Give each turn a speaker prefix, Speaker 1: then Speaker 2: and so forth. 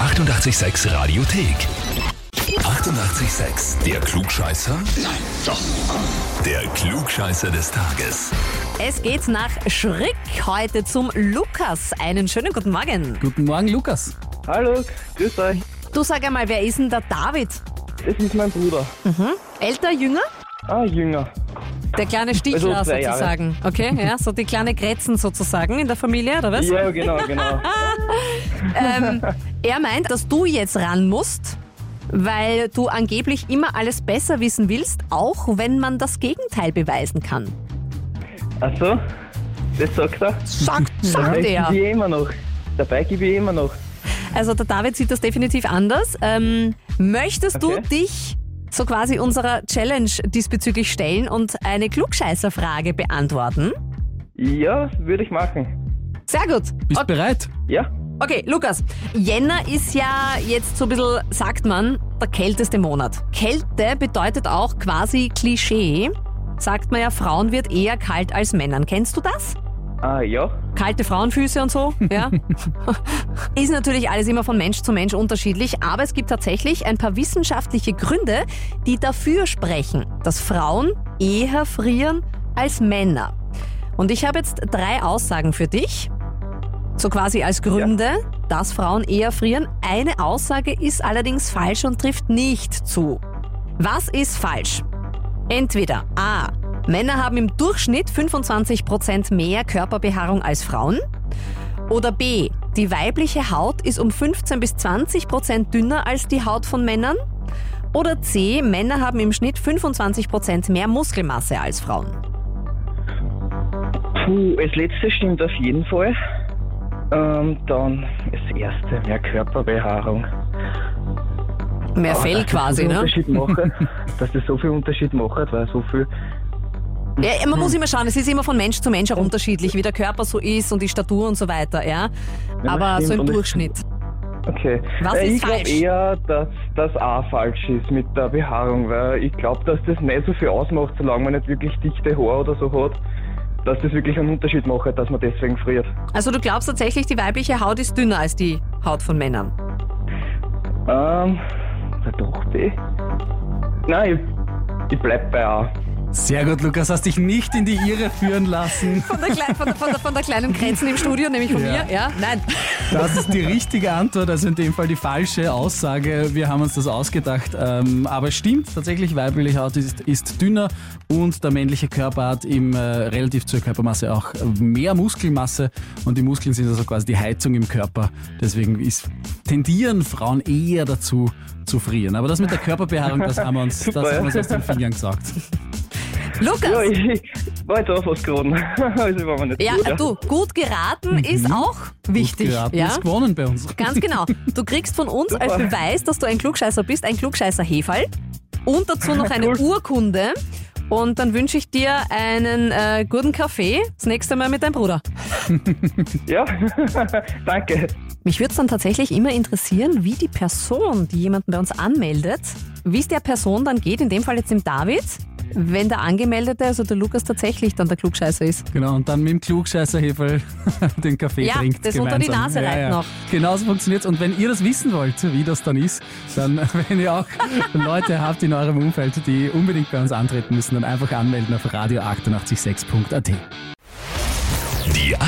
Speaker 1: 886 Radiothek. 88,6. Der Klugscheißer? Nein, doch. Der Klugscheißer des Tages.
Speaker 2: Es geht nach Schrick heute zum Lukas. Einen schönen guten Morgen.
Speaker 3: Guten Morgen, Lukas.
Speaker 4: Hallo, grüß euch.
Speaker 2: Du sag einmal, wer ist denn der David?
Speaker 4: Das ist mein Bruder.
Speaker 2: Älter, jünger?
Speaker 4: Ah, jünger.
Speaker 2: Der kleine Stichler
Speaker 4: Also zwei Jahre.
Speaker 2: sozusagen. Okay, ja, so die kleine Grätzen sozusagen in der Familie, oder was?
Speaker 4: Ja, genau, genau.
Speaker 2: Ähm, er meint, dass du jetzt ran musst, weil du angeblich immer alles besser wissen willst, auch wenn man das Gegenteil beweisen kann.
Speaker 4: Ach so, das sagt er.
Speaker 2: Sagt, sagt
Speaker 4: Dabei
Speaker 2: er.
Speaker 4: gebe ich eh immer noch. Dabei gebe ich immer noch.
Speaker 2: Also der David sieht das definitiv anders. Ähm, möchtest du
Speaker 4: Okay.
Speaker 2: dich so quasi unserer Challenge diesbezüglich stellen und eine Klugscheißerfrage beantworten?
Speaker 4: Ja, würde ich machen.
Speaker 2: Sehr gut.
Speaker 3: Bist
Speaker 2: Okay.
Speaker 3: bereit?
Speaker 4: Ja,
Speaker 2: Okay, Lukas, Jänner ist ja jetzt so ein bisschen, sagt man, der kälteste Monat. Kälte bedeutet auch quasi Klischee. Sagt man ja, Frauen wird eher kalt als Männern. Kennst du das?
Speaker 4: ah, ja.
Speaker 2: kalte Frauenfüße und so, ja. ist natürlich alles immer von Mensch zu Mensch unterschiedlich, aber es gibt tatsächlich ein paar wissenschaftliche Gründe, die dafür sprechen, dass Frauen eher frieren als Männer. Und ich habe jetzt drei Aussagen für dich, so quasi als Gründe, dass Frauen eher frieren. Eine Aussage ist allerdings falsch und trifft nicht zu. Was ist falsch? Entweder A. Männer haben im Durchschnitt 25% mehr Körperbehaarung als Frauen. Oder B. Die weibliche Haut ist um 15 bis 20% dünner als die Haut von Männern. Oder C. Männer haben im Schnitt 25% mehr Muskelmasse als Frauen.
Speaker 4: Puh, das letzte stimmt auf jeden Fall. Ähm, dann das erste, mehr Körperbehaarung.
Speaker 2: Mehr
Speaker 4: Aber
Speaker 2: Fell
Speaker 4: dass das so
Speaker 2: quasi,
Speaker 4: viel
Speaker 2: ne?
Speaker 4: Unterschied macht, dass das so viel Unterschied macht, weil so viel.
Speaker 2: Ja, man muss
Speaker 4: Hm.
Speaker 2: immer schauen, es ist immer von Mensch zu Mensch auch unterschiedlich, wie der Körper so ist und die Statur und so weiter, ja.
Speaker 4: Ja,
Speaker 2: Aber so
Speaker 4: stimmt.
Speaker 2: im
Speaker 4: Und es-
Speaker 2: Durchschnitt.
Speaker 4: Okay.
Speaker 2: Was
Speaker 4: äh,
Speaker 2: ist
Speaker 4: ich glaube
Speaker 2: falsch?
Speaker 4: eher, dass das A falsch ist mit der Behaarung, weil ich glaube, dass das nicht so viel ausmacht, solange man nicht wirklich dichte Haare oder so hat, dass das wirklich einen Unterschied macht, dass man deswegen friert.
Speaker 2: Also du glaubst tatsächlich, die weibliche Haut ist dünner als die Haut von Männern?
Speaker 4: Ähm, na doch B. Nein, ich, ich bleib bei A.
Speaker 3: Sehr gut, Lukas, hast dich nicht in die Irre führen lassen.
Speaker 2: Von der, Klei- von, der, von, der, von der kleinen Grenzen im Studio, nämlich von
Speaker 3: Ja.
Speaker 2: mir, ja? Nein.
Speaker 3: Das ist die richtige Antwort, also in dem Fall die falsche Aussage. Wir haben uns das ausgedacht. Ähm, aber stimmt, tatsächlich, weibliche Haut ist, ist dünner und der männliche Körper hat im äh, relativ zur Körpermasse auch mehr Muskelmasse und die Muskeln sind also quasi die Heizung im Körper. Deswegen ist, tendieren Frauen eher dazu zu frieren. Aber das mit der Körperbehaarung, das haben wir uns, das
Speaker 4: Super, ja.
Speaker 3: haben wir uns aus den Fingern gesagt.
Speaker 4: Ja,
Speaker 2: Lukas!
Speaker 4: ich ich war jetzt auch fast geraten. also war man nicht
Speaker 2: Ja,
Speaker 4: gut,
Speaker 2: du, gut geraten ist auch wichtig.
Speaker 3: Mhm. Gut geraten,
Speaker 2: ja?
Speaker 3: ist gewonnen bei uns.
Speaker 2: Ganz genau. Du kriegst von uns als
Speaker 4: Super.
Speaker 2: Beweis, dass du ein Klugscheißer bist, ein klugscheißer Hefall und dazu noch eine
Speaker 4: Cool.
Speaker 2: Urkunde. Und dann wünsche ich dir einen äh, guten Kaffee. Das nächste Mal mit deinem Bruder.
Speaker 4: Ja, danke.
Speaker 2: Mich würde es dann tatsächlich immer interessieren, wie die Person, die jemanden bei uns anmeldet, wie es der Person dann geht, in dem Fall jetzt dem David, wenn der Angemeldete, also der Lukas, tatsächlich dann der Klugscheißer ist.
Speaker 3: Genau, und dann mit dem klugscheißer Heferl den Kaffee
Speaker 2: Ja,
Speaker 3: trinkt.
Speaker 2: das unter
Speaker 3: gemeinsam.
Speaker 2: die Nase reibt noch.
Speaker 3: Genauso funktioniert's. Und wenn ihr das wissen wollt, wie das dann ist, dann, wenn ihr auch Leute habt in eurem Umfeld, die unbedingt bei uns antreten müssen, dann einfach anmelden auf radio886.at.
Speaker 1: Die